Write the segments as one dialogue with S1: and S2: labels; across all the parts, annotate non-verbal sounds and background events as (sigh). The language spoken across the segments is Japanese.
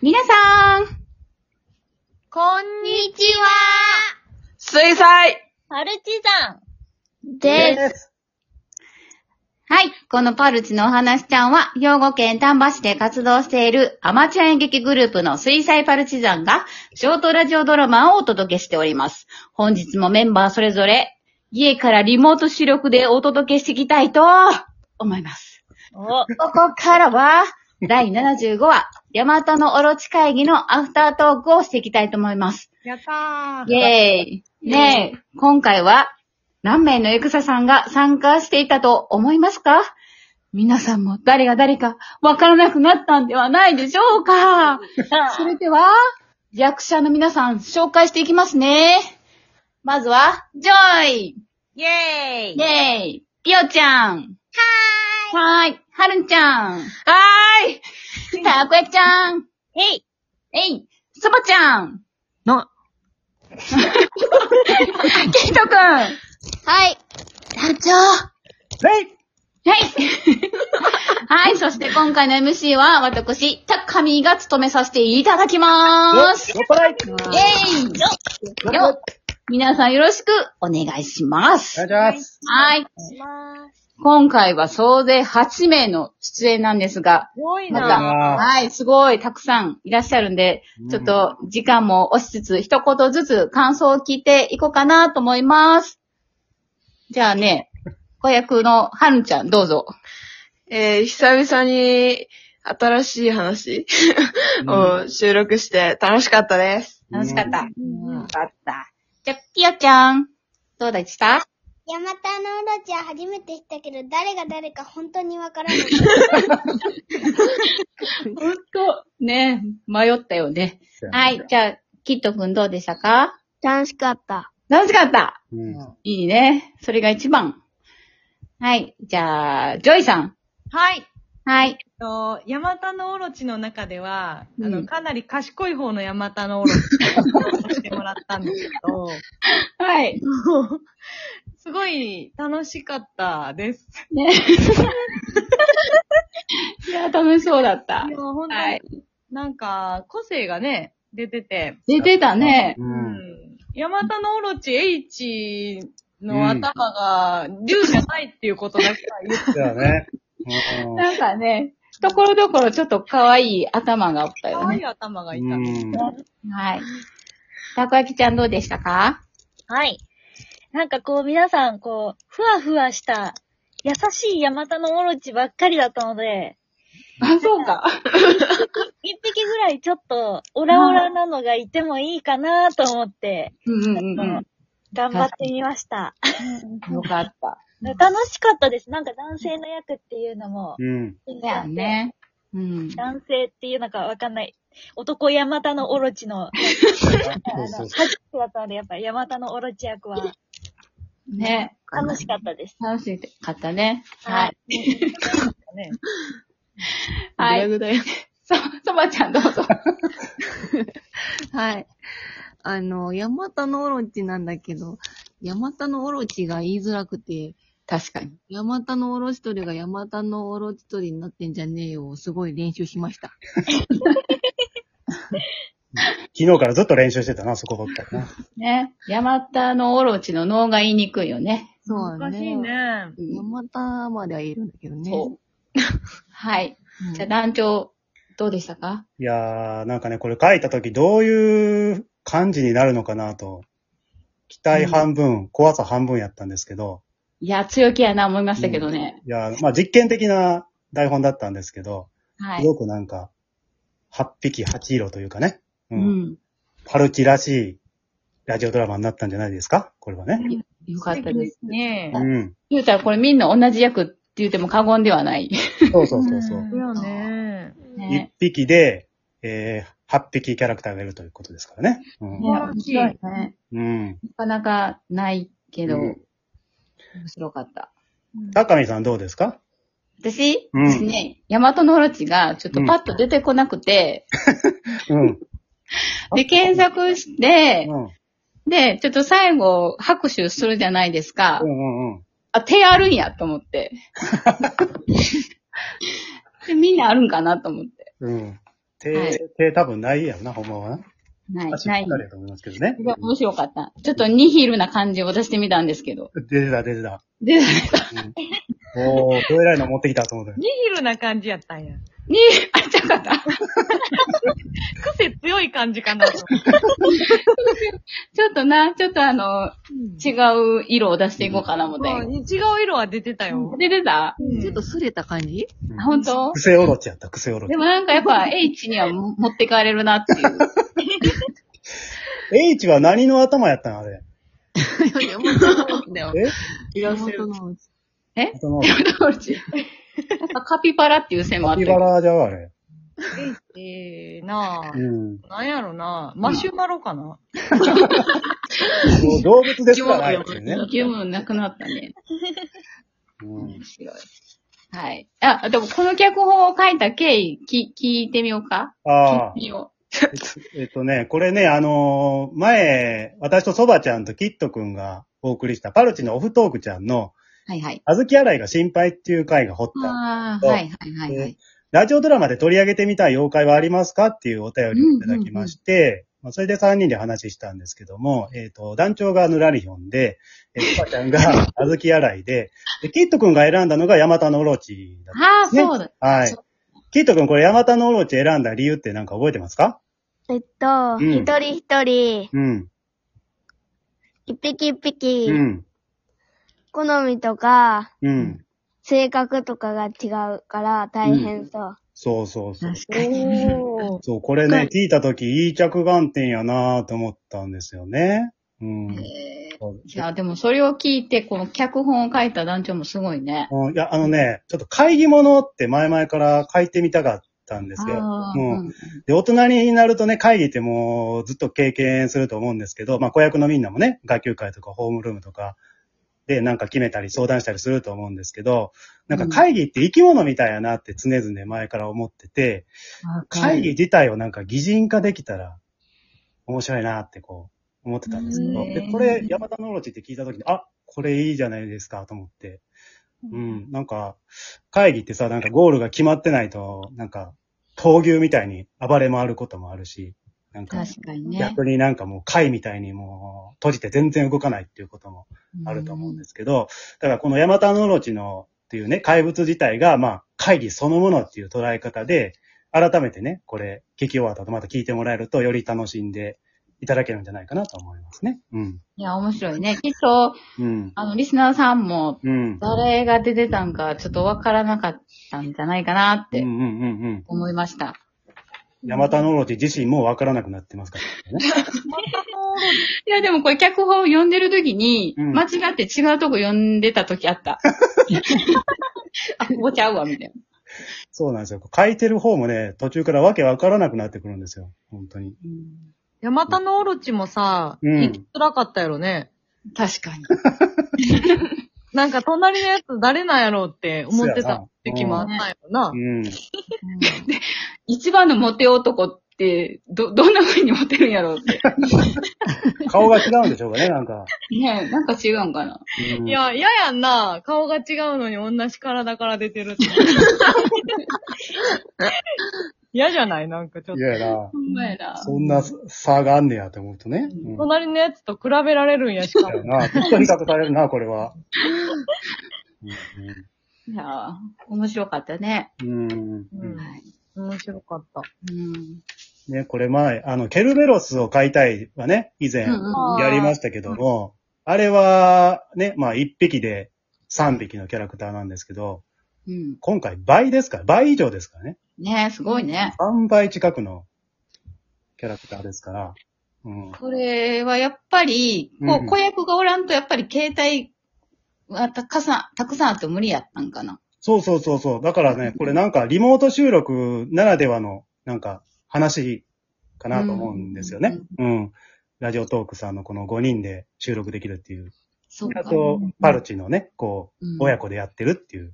S1: 皆さん、
S2: こんにちは
S3: 水彩
S2: パルチザン
S1: です。
S3: す。
S1: はい。このパルチのお話ちゃんは、兵庫県丹波市で活動しているアマチュア演劇グループの水彩パルチザンが、ショートラジオドラマをお届けしております。本日もメンバーそれぞれ、家からリモート視力でお届けしていきたいと、思います。
S2: お、
S1: ここからは、第75話、ヤマタのオロチ会議のアフタートークをしていきたいと思います。
S2: やった
S1: イェーイ。ねえ、今回は、何名のエクサさんが参加していたと思いますか皆さんも誰が誰かわからなくなったんではないでしょうかそれでは、役者の皆さん紹介していきますね。まずは、ジョイ
S2: イェーイ
S1: イェーイピオちゃんはーいはーいはるんちゃん
S3: はーい
S1: たこやきちゃ (laughs) ん。
S2: へい
S1: えい。そばちゃん。
S3: の、
S1: きひとくん。はい。
S2: はい
S1: 団長。は
S3: レイ
S1: い。 (laughs) はい。そして今回の MC は私、たかみが務めさせていただきまーす。
S3: よっぱらい
S1: イェー
S2: よ
S1: イ
S3: よっ
S1: よっ皆さんよろしくお願いします。
S3: お願いします。
S1: はい。
S2: します。
S1: 今回は総勢8名の出演なんですが、
S2: すごい
S1: ま
S2: な
S1: た、はい、すごいたくさんいらっしゃるんで、ちょっと時間も押しつつ、一言ずつ感想を聞いていこうかなと思います。じゃあね、子役のはるんちゃんどうぞ。
S4: えー久々に新しい話 (laughs) を収録して楽しかったです。
S1: 楽しかった。よ
S2: うん
S1: かった。じゃあ、ぴよちゃん、どうでした
S5: ヤマタのオロチは初めて知ったけど、誰が誰か本当にわからない。
S1: ほんと、ね、迷ったよね。はい、じゃあ、きっとくんどうでしたか
S5: 楽しかった。
S1: 楽しかった
S3: うん。
S1: いいね。それが一番。はい、じゃあ、ジョイさん。
S6: はい。
S1: はい。
S6: えっと、ヤマタノオロチの中では、あ
S1: う
S6: の、
S1: ん
S6: かなり賢い方のヤマタノオロチをしてもらったんですけど、
S1: はい。
S6: すごい楽しかったです。
S1: ね。いや、楽しそうだった
S6: い。や本当に、
S1: はい
S6: なんか、個性がね、出てて、
S1: 出てたね。
S3: う。
S6: うんヤマタノオロチ H の頭が竜じゃないっていうことだけは言って
S3: そうだね。
S1: なんかね、ところどころちょっと可愛い頭がおった
S6: 可
S1: よ
S6: 愛い
S1: ね。
S6: 頭が
S3: う
S6: い
S3: ん
S6: た。
S3: うん。
S1: はい。たこ焼きちゃんどうでしたか
S2: はい。なんかこう皆さん、こう、ふわふわした、優しいヤマタのオロチばっかりだったので、
S1: あ、そうか。
S2: 一匹ぐらいちょっと、オラオラなのがいてもいいかなと思って、
S1: うんうんうん
S2: 頑張ってみました。
S1: うん。よかった。
S2: 楽しかったです。なんか男性の役っていうのも、
S3: うん。
S1: だよね。うん。
S2: 男性っていうのかわかんない。男山田のオロチの、
S3: そう
S2: あ
S3: そ
S2: の、
S3: う
S2: 初めてだったので、やっぱ山田のオロチ役は
S1: ね。
S2: 楽しかったです。
S1: 楽しかったね。は
S2: はいい。
S6: ね
S1: はい
S4: ぐだぐだよ。
S1: そ、そばちゃんどうぞ。
S7: はい。あの、ヤマタノオロチなんだけど、ヤマタノオロチが言いづらくて、
S1: 確かに。
S7: ヤマタノオロチ鳥がヤマタノオロチ鳥になってんじゃねえよをすごい練習しました。
S3: 昨日からずっと練習してたな、そこばっかりな。
S1: ね。山田のオロチの脳が言いにくいよね。
S7: そうだ
S6: 難し
S7: ね。
S6: いね。
S7: ヤマタまでは言えるんだけどね。
S1: そう。 (laughs) はい。
S7: うん
S1: じゃあ団長、どうでしたか
S3: いやー、なんかね、これ書いたときどういう感じになるのかなと。期待半分、怖さ半分やったんですけど。
S1: いや、強気やな思いましたけどね。
S3: いやー、まあ実験的な台本だったんですけど、
S1: は
S3: す
S1: い。
S3: ごくなんか、8匹8色というかね。う。
S1: うんん。
S3: パルチらしいラジオドラマになったんじゃないですかこれはね。
S1: よかったです。
S6: ね
S3: うん。
S1: ゆうちゃん、これみんな同じ役って言っても過言ではない。
S3: そうそうそうそう。
S6: だよね。
S3: 一
S1: (laughs) ね。
S3: 匹で、えー、八匹キャラクターがいるということですからね。う
S1: い
S3: ん。
S1: や面白いね。
S3: うん。
S1: なかなかないけど、
S3: うん
S1: 面白かった。
S3: 高見さんどうですか
S1: 私、
S3: うん
S1: ですね、ヤマトノオロチがちょっとパッと出てこなくて、
S3: うん。
S1: (laughs) で、検索して
S3: う、ん。
S1: で、ちょっと最後、拍手するじゃないですか
S3: う。んうん
S1: あ、手あるんやと思
S3: (laughs)
S1: って。でみんなあるんかなと思って。
S3: うん。うん。
S1: はい
S3: 手、手多分ないやろな、ほんまはな。
S1: ない、
S3: 足
S1: な
S3: 引っ
S1: い
S3: 張。るやと思いますけどね。
S1: いや面白かった。ちょっとニヒルな感じを出してみたんですけど。
S3: 出てた、出てた。
S1: で、ニ (laughs)
S3: うん、おー、どえらいの持ってきたと思ったよ。
S6: ニヒルな感じやったんや。
S1: ヒル、あ、ちゃうかった。
S6: 癖強い感じ
S3: (laughs)
S6: かなと。
S1: ちょっとな、ちょっとあの、違う色を出していこうかな、思って。
S6: うん違う色は出てたよ。
S1: 出てた
S7: ちょっとすれた感じ
S3: うん
S1: あ本当
S3: 癖おろちやった、癖おろち
S1: で。もなんかやっぱ H にはも持ってかれるなって
S3: (laughs)
S1: いう。
S3: H は何の頭やったんあれ。
S7: 山本のオロチだよ。
S3: え
S7: 山本のオロチ。
S1: え
S3: その、
S1: どっちやっぱカピバラっていう線もあ
S3: カ
S1: った
S3: ピ
S1: けど
S3: バラじゃうあれ。
S6: ええなあ
S3: う。ん。
S6: なんやろな。マシュマロかな。
S3: もう動物ですからないっていうね。
S1: 義務なくなったね。
S3: うん
S1: 面白い。はい。あ、でもこの脚本を書いた経緯、き、聞いてみようか聞
S3: ああ
S1: いて。みよ
S3: えっとね、これね、あのー前、私とそばちゃんとキットくんがお送りした、パルチのオフトークちゃんの、
S1: う。はいはい。
S3: あずき洗いが心配っていう回が掘った。
S1: ああ、
S3: そう
S1: はいはいはいはい。
S3: ラジオドラマで取り上げてみたい妖怪はありますかっていうお便りをいただきまして、まあそれで3人で話したんですけども、えっ、と、団長がヌラリヒョンで、えー、そばちゃんが (laughs) あずき洗いで、で、キットくんが選んだのがヤマタノオロチだっ
S1: ああ、
S3: ね
S1: そうだ。
S3: た。はい。キットくんこれヤマタノオロチ選んだ理由ってなんか覚えてますか
S5: えっと
S3: うん一人
S5: 一人、
S3: うん。
S5: 一匹一
S3: う
S5: 匹、
S3: ん。
S5: 好みとか、
S3: うん。
S5: 性格とかが違うから大変そう。
S3: そうそうそう。
S6: おお。
S3: そう、これね、聞いたとき、いい着眼点やなぁと思ったんですよね。うん。そう
S1: いや、でもそれを聞いて、この脚本を書いた団長もすごいね。
S3: うんいや、あのね、ちょっと会議物って前々から書いてみたかったんですよ。
S1: ああ、
S3: うん
S1: うん
S3: で、大人になるとね、会議ってもうずっと経験すると思うんですけど、まあ、子役のみんなもね、学級会とかホームルームとかでなんか決めたり相談したりすると思うんですけど、なんか会議って生き物みたいやなって常々前から思ってて、会議自体をなんか擬人化できたら面白いなってこう思ってたんですけど、
S1: うん
S3: で、これ、ヤマタノオロチって聞いたときに、あ、これいいじゃないですかと思って、うん、なんか、会議ってさ、なんかゴールが決まってないと、なんか、闘牛みたいに暴れ回ることもあるし、なんか、
S1: 確かにね。
S3: 逆になんかもう貝みたいにもう閉じて全然動かないっていうこともあると思うんですけど、だからこのヤマタノオロチのっていうね、怪物自体が、まあ、会議そのものっていう捉え方で、改めてね、これ、聞き終わった後また聞いてもらえると、より楽しんでいただけるんじゃないかなと思いますね。うん。
S1: いや、面白いね。きっと、
S3: うん。
S1: あの、リスナーさんも、
S3: うん。
S1: 誰が出てたんか、ちょっとわからなかったんじゃないかなっ
S3: うんうんう
S1: て
S3: んうん。
S1: 思いました。
S3: ヤマタノオロチ自身もわからなくなってますからね。
S1: いや、でもこれ脚本を読んでる時に、
S3: うん
S1: 間違って違うとこ読んでた時あ
S3: (laughs)
S1: った。あ、ここちゃうわ、みたい
S3: そうなんですよ。書いてる方もね、途中からわけわからなくなってくるんですよ。本当に。
S6: ヤマタノオロチもさ、
S3: うん
S6: 生きづらかったやろね。
S1: な。確かに。
S6: なんか隣のやつ誰なんやろうって思ってた時もあったよな
S3: う。ん。
S1: 一番のモテ男って、ど、 (laughs) どんな風にモテるんやろう (laughs) って。
S3: 顔が違うんでしょうかね、なんか。
S1: ねえ、なんか違うんかな。
S3: うん
S6: いや、嫌やんな。顔が違うのに同じ体から出てるって。嫌じゃないなんかちょっと。
S3: 嫌やな。
S1: ほんまやな。
S3: そんな差があんねやと思うとね。うん。
S6: 隣のやつと比べられるんやしか
S3: だよ
S6: も。
S3: (laughs) な。ずっと比較されるな、これは。
S1: いやー面白かったね。
S3: (laughs) うん。うん
S6: うん。面白かった。
S1: うん。
S3: ね、これ前、あの、ケルベロスを買いたいはね、以前
S1: うんうん
S3: やりましたけども、あれは、ね、まあ、1匹で3匹のキャラクターなんですけど、
S1: うん。
S3: 今回倍ですから、倍以上ですからね。
S1: ねえ、すごいね。
S3: 3倍近くのキャラクターですから。うん。
S1: これはやっぱり、
S3: う
S1: こう
S3: ん
S1: 子役がおらんとやっぱり携帯がたくさん、たくさんあって無理やったんかな。
S3: そうそうそうそう。だからね、これなんかリモート収録ならではの、なんか話かなと思うんですよね。うん。ラジオトークさんのこの5人で収録できるっていう。
S1: そう
S3: あ
S1: か。
S3: と、パルチのね、こう
S1: うん、
S3: 親子でやってるっていう。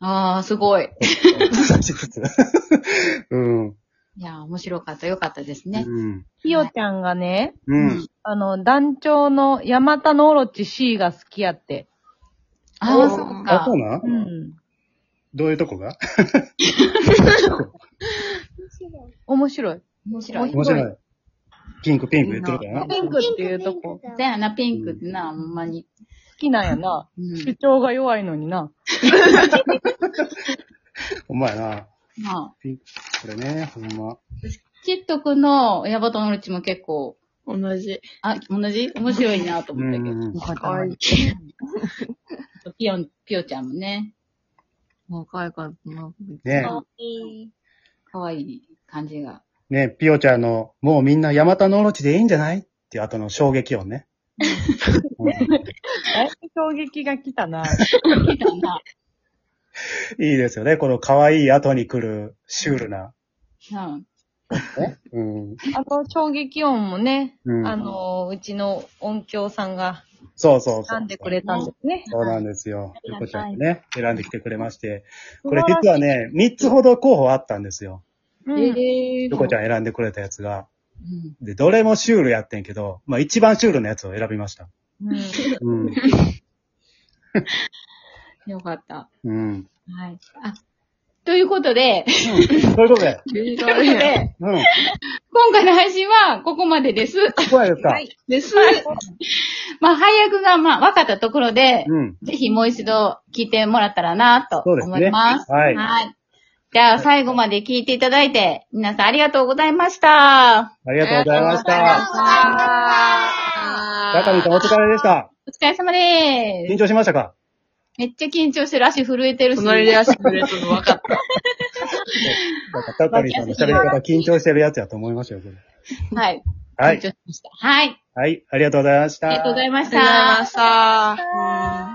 S1: ああ、すごい。
S3: 話しつつ。 (laughs) うん。
S1: いやー、面白かった。よかったですね。
S3: うん。
S6: ひよちゃんがね、
S3: うん。
S6: あの、団長の山田のオロチ C が好きやって。
S1: ああ、そう
S3: あ、
S1: か
S3: そ。うなん (laughs)
S6: うん。
S3: どういうとこが
S6: 面白い。
S1: 面白い。
S3: 面白い。ピンクピンク言ってるからな。
S6: ピンクっていうとこ。好
S5: ピンク
S1: だよな、ピンクってな、ほんまに。
S6: きなんやな。
S1: うん
S6: 主張が弱いのにな。
S3: ほんまやな。
S1: まあ、
S3: これね、ほんま。
S1: キット君のヤバトノルチも結構、
S4: 同じ。
S1: あ、同じ面白いなと
S3: う
S1: 思ったけど。
S3: ん。
S7: かった
S4: かわいい。
S1: ピヨン、ピヨちゃんもね、
S7: 若いかったな。
S3: ね
S2: 可愛い。
S1: 可愛い感じ
S4: (laughs)
S1: が。
S3: ねピオちゃんの、もうみんなヤマタノオロチでいいんじゃないっていう後の衝撃音ね。
S6: だいぶ衝撃が来たな。
S1: みたいな。
S3: うんいいですよね。この可愛い後に来るシュールな。
S1: うん。
S3: うん。
S6: あの衝撃音もね、
S3: うん
S6: あの、うちの音響さんが
S3: そうそうそう。
S6: 選んでくれたんですね。
S3: そうなんですよ。ゆ
S1: ありがい
S3: ったこちゃんがね、選んできてくれまして。こ
S6: 素晴
S3: れ
S6: らしい
S3: 実はね、3つほど候補あったんですよ。
S6: うん
S1: え
S3: ゆ
S1: ー
S3: っこちゃん選んでくれたやつが。
S1: うん
S3: で、どれもシュールやってんけど、まあ一番シュールなやつを選びました。
S6: うん
S3: うん。
S1: よかった。
S3: うん。
S1: はい。あ、ということで、
S3: そういうことで。
S4: い
S1: ということで、
S3: うん。
S1: 今回の配信はここまでです。
S3: ここはですか、
S4: です。
S1: まあ、配役がまあ、分かったところで、
S3: うん。
S1: ぜひもう一度聞いてもらったらなと
S3: そうです
S1: 思
S3: ね
S1: います。
S3: はい
S1: はい。じゃあ、最後まで聞いていただいて、皆さんありがとうございました。
S3: ありがとうございました。
S4: あ
S3: 中見さんお疲れでした。
S1: お疲れ様で
S3: 緊
S1: す。
S3: 張しましたか
S1: めっちゃ緊張してる。足震えてるし。
S4: 隣で足くれたの分かった。
S3: なんか、中見さんの喋り方緊張してるやつやと思いましたよ、これ
S1: はい。
S3: は
S1: 緊張
S3: い。
S1: しました。はい。
S3: はい。ありがとうございました。
S1: ありがとうございまし
S4: ありがとうござい
S1: た
S4: ま。した。
S2: あー